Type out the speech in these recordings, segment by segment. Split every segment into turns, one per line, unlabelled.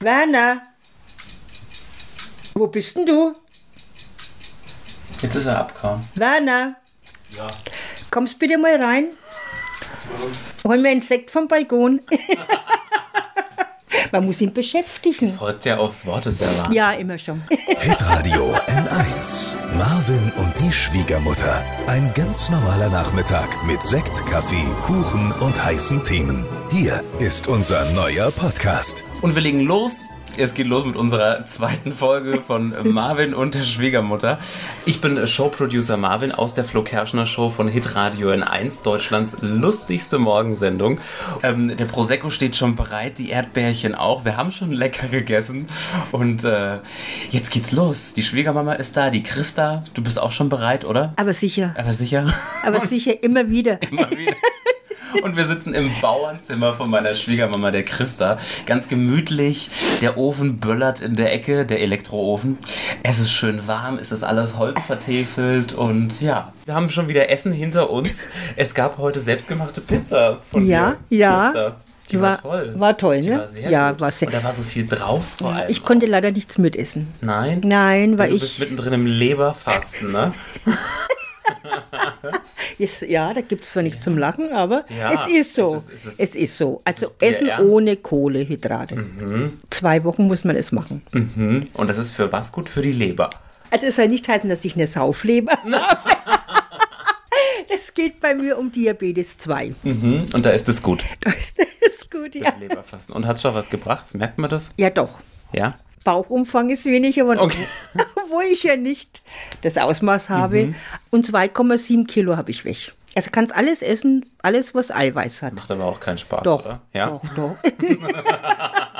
Werner, wo bist denn du?
Jetzt ist er abgehauen.
Werner? Ja. Kommst bitte mal rein. Hol mir ein Sekt vom Balkon. Man muss ihn beschäftigen.
Folgt ja aufs Wort, ist ja wahr.
Ja, immer schon.
Hitradio N1. Marvin und die Schwiegermutter. Ein ganz normaler Nachmittag mit Sekt, Kaffee, Kuchen und heißen Themen. Hier ist unser neuer Podcast.
Und wir legen los. Es geht los mit unserer zweiten Folge von Marvin und der Schwiegermutter. Ich bin Showproducer Marvin aus der Flo Kerschner Show von Hitradio N1, Deutschlands lustigste Morgensendung. Ähm, der Prosecco steht schon bereit, die Erdbärchen auch. Wir haben schon lecker gegessen. Und äh, jetzt geht's los. Die Schwiegermama ist da, die Christa. Du bist auch schon bereit, oder?
Aber sicher.
Aber sicher.
Aber sicher immer wieder.
Immer wieder. Und wir sitzen im Bauernzimmer von meiner Schwiegermama, der Christa. Ganz gemütlich. Der Ofen böllert in der Ecke, der Elektroofen. Es ist schön warm, es ist alles holzvertäfelt und ja, wir haben schon wieder Essen hinter uns. Es gab heute selbstgemachte Pizza von
Ja,
dir,
ja.
Christa. Die war,
War-
toll.
war toll,
Die
ne?
War sehr
Ja,
gut.
war sehr-
Und da war so viel drauf vor allem.
Ich konnte leider nichts mitessen.
Nein?
Nein, weil
du
ich-
bist mittendrin im Leberfasten, ne?
Ist, ja, da gibt es zwar nichts zum Lachen, aber
Ja,
es ist so.
es
Es
ist-
ist,
es ist-
so. Also
ist Bier
Essen
ernst?
ohne Kohlehydrate. Zwei Wochen muss man es machen.
Mhm. Und das ist für was gut? Für die Leber.
Also es soll nicht heißen, dass ich eine Saufleber habe. Das geht bei mir um Diabetes 2.
Mhm. Und da ist es gut.
Das ist- das ist gut, ja.
Leberfasten. Und hat schon was gebracht? Merkt man das?
Ja doch.
Ja.
Bauchumfang ist weniger, aber
Okay.
wo ich ja nicht das Ausmaß habe.
Mhm.
Und 2,7 Kilo habe ich weg. Also kannst alles essen, alles was Eiweiß hat.
Macht aber auch keinen Spaß,
Doch.
oder? Ja.
Doch, doch.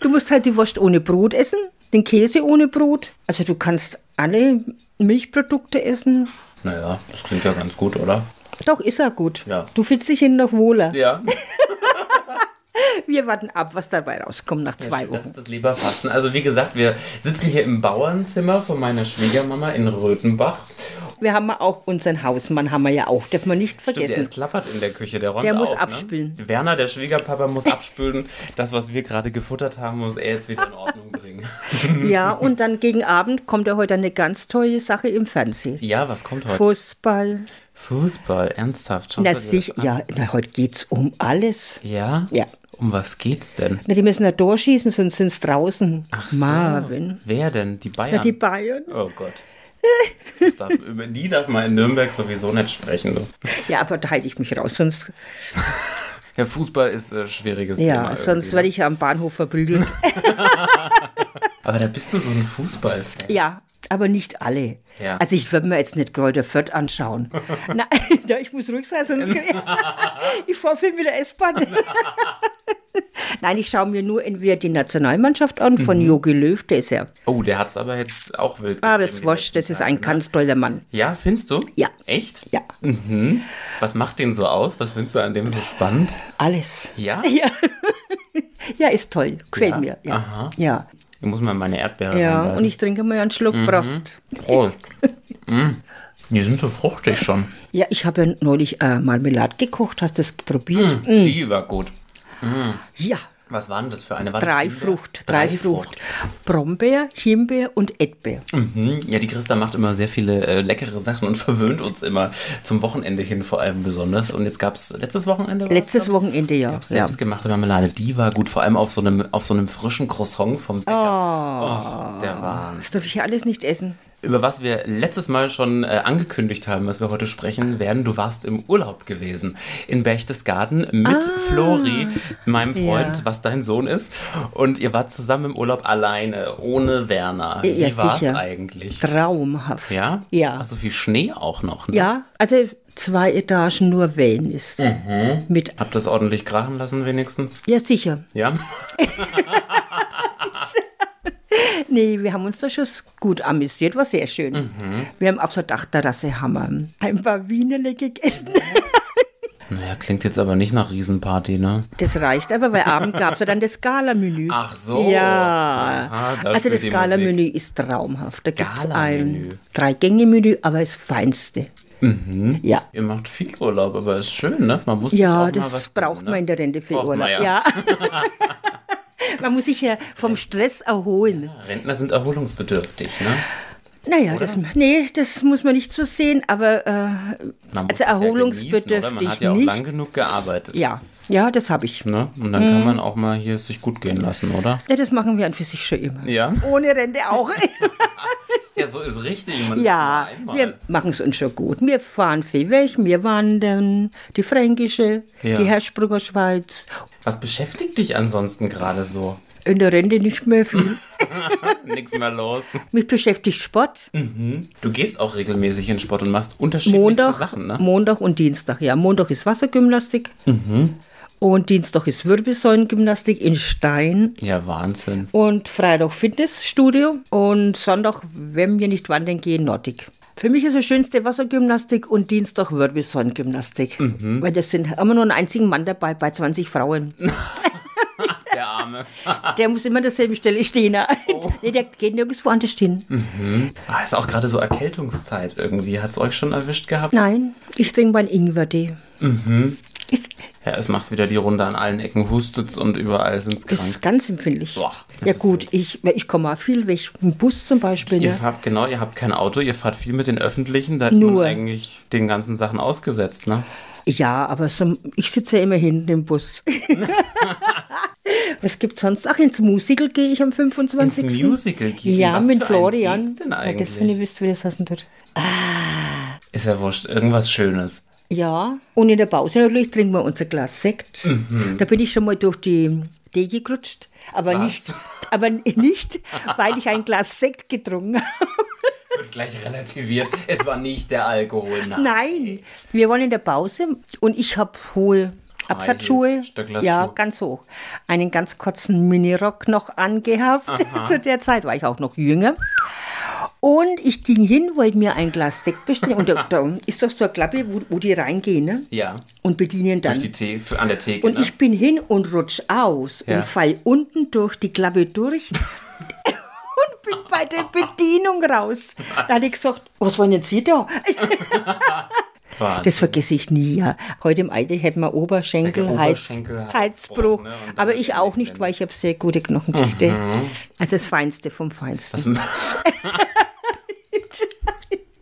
du musst halt die Wurst ohne Brot essen, den Käse ohne Brot. Also du kannst alle Milchprodukte essen.
Naja, das klingt ja ganz gut, oder?
Doch, ist ja gut.
Ja.
Du fühlst dich hin noch wohler.
Ja.
Wir warten ab, was dabei rauskommt nach zwei
Das
Wochen.
ist das Leberfasten. Also wie gesagt, wir sitzen hier im Bauernzimmer von meiner Schwiegermama in Röthenbach.
Wir haben ja auch unseren Hausmann, haben wir ja auch, darf man nicht
Stimmt, der
vergessen.
ist klappert in der Küche, der räumt
Der muss
auf, Ne?
abspülen.
Werner, der Schwiegerpapa, muss abspülen. Das, was wir gerade gefuttert haben, muss er jetzt wieder in Ordnung bringen.
ja, und dann gegen Abend kommt ja heute eine ganz tolle Sache im Fernsehen.
Ja, was kommt heute?
Fußball.
Fußball, ernsthaft? Schaust
Na,
du dir das
sich,
an?
ja, na, heute geht's um alles.
Ja?
Ja.
Um was geht's denn?
Na, die müssen da durchschießen, sonst sind sie draußen.
Ach so.
Marvin.
Wer denn? Die Bayern?
Na, die Bayern.
Oh Gott. Das darf, über die darf man in Nürnberg sowieso nicht sprechen. Du.
Ja, aber da halte ich mich raus, sonst,
Ja, Fußball ist ein schwieriges Thema.
ja, sonst
irgendwie. ne?
werde ich ja am Bahnhof verprügelt.
Aber da bist du so ein Fußballfan.
ja, aber nicht alle.
Ja.
Also ich würde mir jetzt nicht Kräuter Fürth anschauen. Na, ja, ich muss ruhig sein, sonst ich vorfühle mit der S-Bahn. Nein, ich schaue mir nur entweder die Nationalmannschaft an von
Mhm.
Jogi Löw, der ist ja,
Oh, der hat's aber jetzt auch wild.
ah,
getrieben
das
die
Wosch,
letzten
das ist
Tage,
ein
ne?
ganz toller Mann.
Ja, findest du?
Ja.
Echt?
Ja,
Was macht den so aus? Was findest du an dem so spannend?
alles.
Ja?
Ja, ja ist toll, gefällt
Ja,
mir. Ja.
aha.
ja.
Ich muss mal meine Erdbeere
Ja,
reinbeißen.
und ich trinke mal einen Schluck
Mhm.
Prost.
Prost. Mm. Die sind so fruchtig schon.
Ja, ich habe ja neulich äh, Marmelade gekocht. Hast du das probiert?
Die war gut.
Ja,
Was waren das für eine? War das
Dreifrucht,
Himbeer?
Dreifrucht. Brombeer, Himbeer und Erdbeer.
Mhm. Ja, die Christa macht immer sehr viele äh, leckere Sachen und verwöhnt uns immer zum Wochenende hin vor allem besonders. Und jetzt gab's letztes Wochenende? war's,
Letztes
glaub
Wochenende,
ich,
ja.
gab's
ja.
selbstgemachte Marmelade. Die war gut, vor allem auf so einem, auf so einem frischen Croissant vom Bäcker. Oh. der war.
Das darf ich ja alles nicht essen.
Über was wir letztes Mal schon äh, angekündigt haben, was wir heute sprechen werden. Du warst im Urlaub gewesen in Berchtesgaden mit Flori, meinem Freund,
Ah. Ja.
was dein Sohn ist. Und ihr wart zusammen im Urlaub alleine, ohne Werner. Wie
ja,
war's
sicher.
eigentlich?
Traumhaft.
Ja?
Ja. Also-
Ach, so viel Schnee auch noch. Ne?
ja, also zwei Etagen nur Wellness. Mit,
Habt ihr es ordentlich krachen lassen wenigstens?
ja, sicher.
Ja?
Nee, wir haben uns da schon gut amüsiert, war sehr schön. Wir haben auf der Dachterrasse haben wir ein paar Wienerle gegessen.
Naja, klingt jetzt aber nicht nach Riesenparty, ne?
Das reicht aber, weil Abend gab es ja dann das Gala-Menü.
Ach so.
Ja.
Oh, Aha, da
also
spielt
das
die
Gala-Menü ist traumhaft. Da gibt es
Gala-Menü.
ein Drei-Gänge-Menü, aber das Feinste.
Mhm.
Ja.
Ihr macht viel Urlaub, aber ist schön, ne? Man muss sich auch
Ja,
mal
das
was
braucht
gönnen,
man in
ne?
der Rente für
Braucht man
Urlaub.
ja.
Ja. Man muss sich ja vom Stress erholen.
Rentner sind erholungsbedürftig, ne?
Naja, das, nee, das muss man nicht so sehen, aber äh,
Man muss
also
es ja genießen, oder?
erholungsbedürftig
Man hat ja auch
nicht.
lang genug gearbeitet.
ja, ja, das habe ich.
Ne? Und dann
Mhm.
kann man auch mal hier es sich gut gehen lassen, oder?
Ja, das machen wir an für sich schon immer.
Ja.
Ohne Rente auch.
Ja, so ist richtig. Man
ja,
ist nur einmal.
wir machen es uns schon gut. Wir fahren viel weg, wir wandern, die Fränkische,
Ja.
die Herschbrucker Schweiz.
Was beschäftigt dich ansonsten gerade so?
In der Rente nicht mehr viel.
Nix mehr los.
Mich beschäftigt Sport.
Du gehst auch regelmäßig in Sport und machst unterschiedliche
Montag,
Sachen, ne?
Montag und Dienstag, ja. Montag ist Wassergymnastik
Mhm.
und Dienstag ist Wirbelsäulengymnastik in Stein.
Ja, Wahnsinn.
Und Freitag Fitnessstudio und Sonntag, wenn wir nicht wandern gehen, Nordic. Für mich ist das schönste Wassergymnastik und Dienstag Wirbelsäulengymnastik.
Mhm.
Weil das sind immer nur einen einzigen Mann dabei bei 20 Frauen.
Der Arme.
Der muss immer an derselben Stelle stehen.
Oh.
nee, der geht nirgendwo anders hin.
Ah, ist auch gerade so Erkältungszeit irgendwie. Hat es euch schon erwischt gehabt?
Nein, ich trinke meinen Ingwertee.
Mhm.
Ich-
Ja, es macht wieder die Runde an allen Ecken, hustet's und überall sind's
Das
krank.
ist ganz empfindlich.
Boah, das
ja
ist
gut, ich, ich komme auch viel weg. Im Bus zum Beispiel.
Ihr
Ne?
habt genau, ihr habt kein Auto, ihr fahrt viel mit den Öffentlichen, da ist
Nur.
man eigentlich den ganzen Sachen ausgesetzt, ne?
Ja, aber so, ich sitze ja immer hinten im Bus. Was gibt sonst? Ach, ins Musical gehe ich am 25.
Ins Musical gehen?
Ja,
Was
mit
für eins
Florian.
geht's denn
Ja,
eigentlich?
das, wenn ihr wisst, wie das heißen tut.
Ist ja wurscht, irgendwas Schönes.
Ja, und in der Pause natürlich trinken wir unser Glas Sekt. Da bin ich schon mal durch die Dege gerutscht, aber
Mhm. Was?
nicht, aber nicht, weil ich ein Glas Sekt getrunken habe.
Wird gleich relativiert. Es war nicht der Alkohol, nein.
Nein, wir waren in der Pause und ich habe hohe Absatzschuhe.
Heels, Stöcklerschuh.
Ja, ganz hoch. Einen ganz kurzen Minirock noch angehabt. Zu der Zeit war ich auch noch jünger. Und ich ging hin, wollte mir ein Glas Sekt bestellen. Und da, da ist doch so eine Klappe, wo, wo die reingehen ne?
Ja.
und bedienen dann.
Durch die Tee, für- an der Theke,
Und
ne?
ich bin hin und rutsch aus
Ja.
und fall unten durch die Klappe durch und bin bei der Bedienung raus. Da hatte ich gesagt, was wollen jetzt Sie da?
Wahnsinn.
Das vergesse ich nie. Ja. Heute im Alter hätten wir
Sehr
Oberschenkel,
gut.
Heiz,
Oberschenkel, Halsbruch,
Heizbruch.
ne? Und dann Mhm.
Aber ich auch
Gelenkwände.
nicht, weil ich habe sehr gute Knochendichte. Also das Feinste vom Feinsten.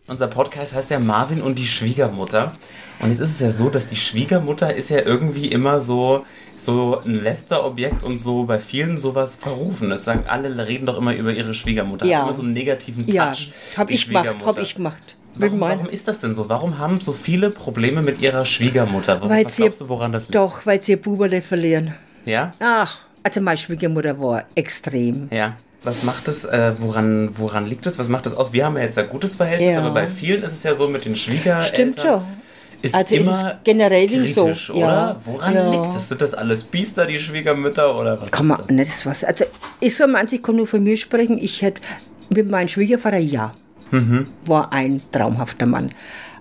Unser Podcast heißt ja Marvin und die Schwiegermutter. Und jetzt ist es ja so, dass die Schwiegermutter ist ja irgendwie immer so, so ein Lästerobjekt und so bei vielen sowas verrufen. Das sagen alle, reden doch immer über ihre Schwiegermutter.
Ja.
Hat immer so einen negativen Touch.
ja, habe
die
ich gemacht,
Schwiegermutter.
habe ich gemacht. Mit
Warum,
meinem-
warum ist das denn so? Warum haben so viele Probleme mit ihrer Schwiegermutter? Warum,
Weil
was
sie-
glaubst du, woran das liegt?
Doch, weil sie ihr Buberle verlieren.
Ja?
Ach, also meine Schwiegermutter war extrem.
Ja. Was macht das, äh, woran, woran liegt das? Was macht das aus? Wir haben ja jetzt ein gutes Verhältnis,
Ja.
aber bei vielen ist es ja so mit den Schwiegereltern.
Stimmt schon.
Ist
Also ist
immer
es generell so,
kritisch, oder?
ja.
Woran
Ja.
liegt das? Sind das alles Biester, die Schwiegermütter oder was?
Kann
ist
man
das?
nicht was. Also ich soll mal an, ich kann nur von mir sprechen. Ich hätte mit meinem Schwiegervater ja.
Mhm.
War ein traumhafter Mann.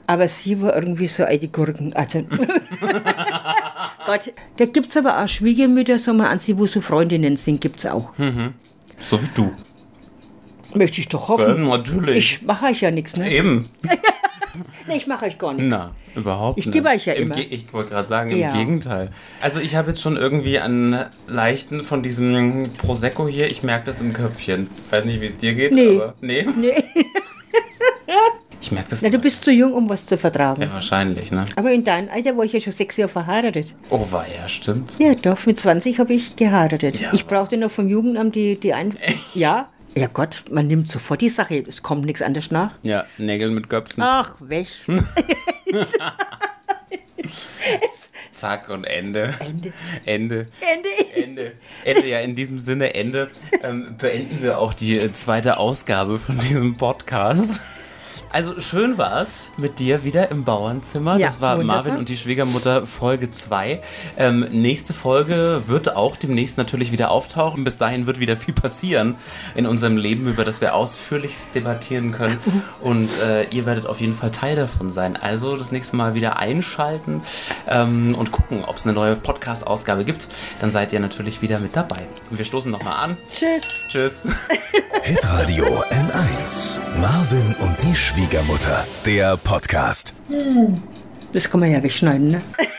Aber sie war irgendwie so eine Gurken. Also. Gott, da gibt es aber auch Schwiegermütter, sagen wir an sie, wo so Freundinnen sind, gibt es auch.
Hm. So wie du.
Möchte ich doch
Ja,
hoffen.
Äh, natürlich.
Ich mache euch ja nichts, ne?
Eben.
Nee, ich mache euch gar nichts.
Na, überhaupt
Ich
nicht.
gebe euch ja
Im
immer.
Ge- Ich wollte gerade sagen,
Ja.
im Gegenteil. Also ich habe jetzt schon irgendwie einen leichten von diesem Prosecco hier. Ich merke das im Köpfchen. Ich weiß nicht, wie es dir geht,
Nee.
aber... Nee?
Nee.
Ich merke das
Na, du
immer.
bist zu jung, um was zu vertragen.
Ja, wahrscheinlich, ne?
Aber in deinem Alter war ich ja schon sechs Jahre verheiratet.
Oh, war ja, stimmt.
Ja, doch, mit 20 habe ich geheiratet.
Ja.
Ich brauchte noch vom Jugendamt die, die ein. Ja? Ja, Gott, man nimmt sofort die Sache, es kommt nichts anderes nach.
Ja, Nägel mit Köpfen.
Ach, weg.
Zack und Ende. Ende. Ende.
Ende.
Ende. Ende, ja, in diesem Sinne, Ende. Ähm, beenden wir auch die äh, zweite Ausgabe von diesem Podcast. Also schön war's mit dir wieder im Bauernzimmer.
Ja,
das war
wunderbar.
Marvin und die Schwiegermutter Folge 2. Ähm, nächste Folge wird auch demnächst natürlich wieder auftauchen. Bis dahin wird wieder viel passieren in unserem Leben, über das wir ausführlichst debattieren können. Und äh, ihr werdet auf jeden Fall Teil davon sein. Also das nächste Mal wieder einschalten ähm, und gucken, ob es eine neue Podcast-Ausgabe gibt. Dann seid ihr natürlich wieder mit dabei. Und wir stoßen nochmal an.
Tschüss.
Tschüss.
Hitradio N1. Marvin und die Schwiegermutter. Der Podcast.
Das kann man ja wegschneiden, ne?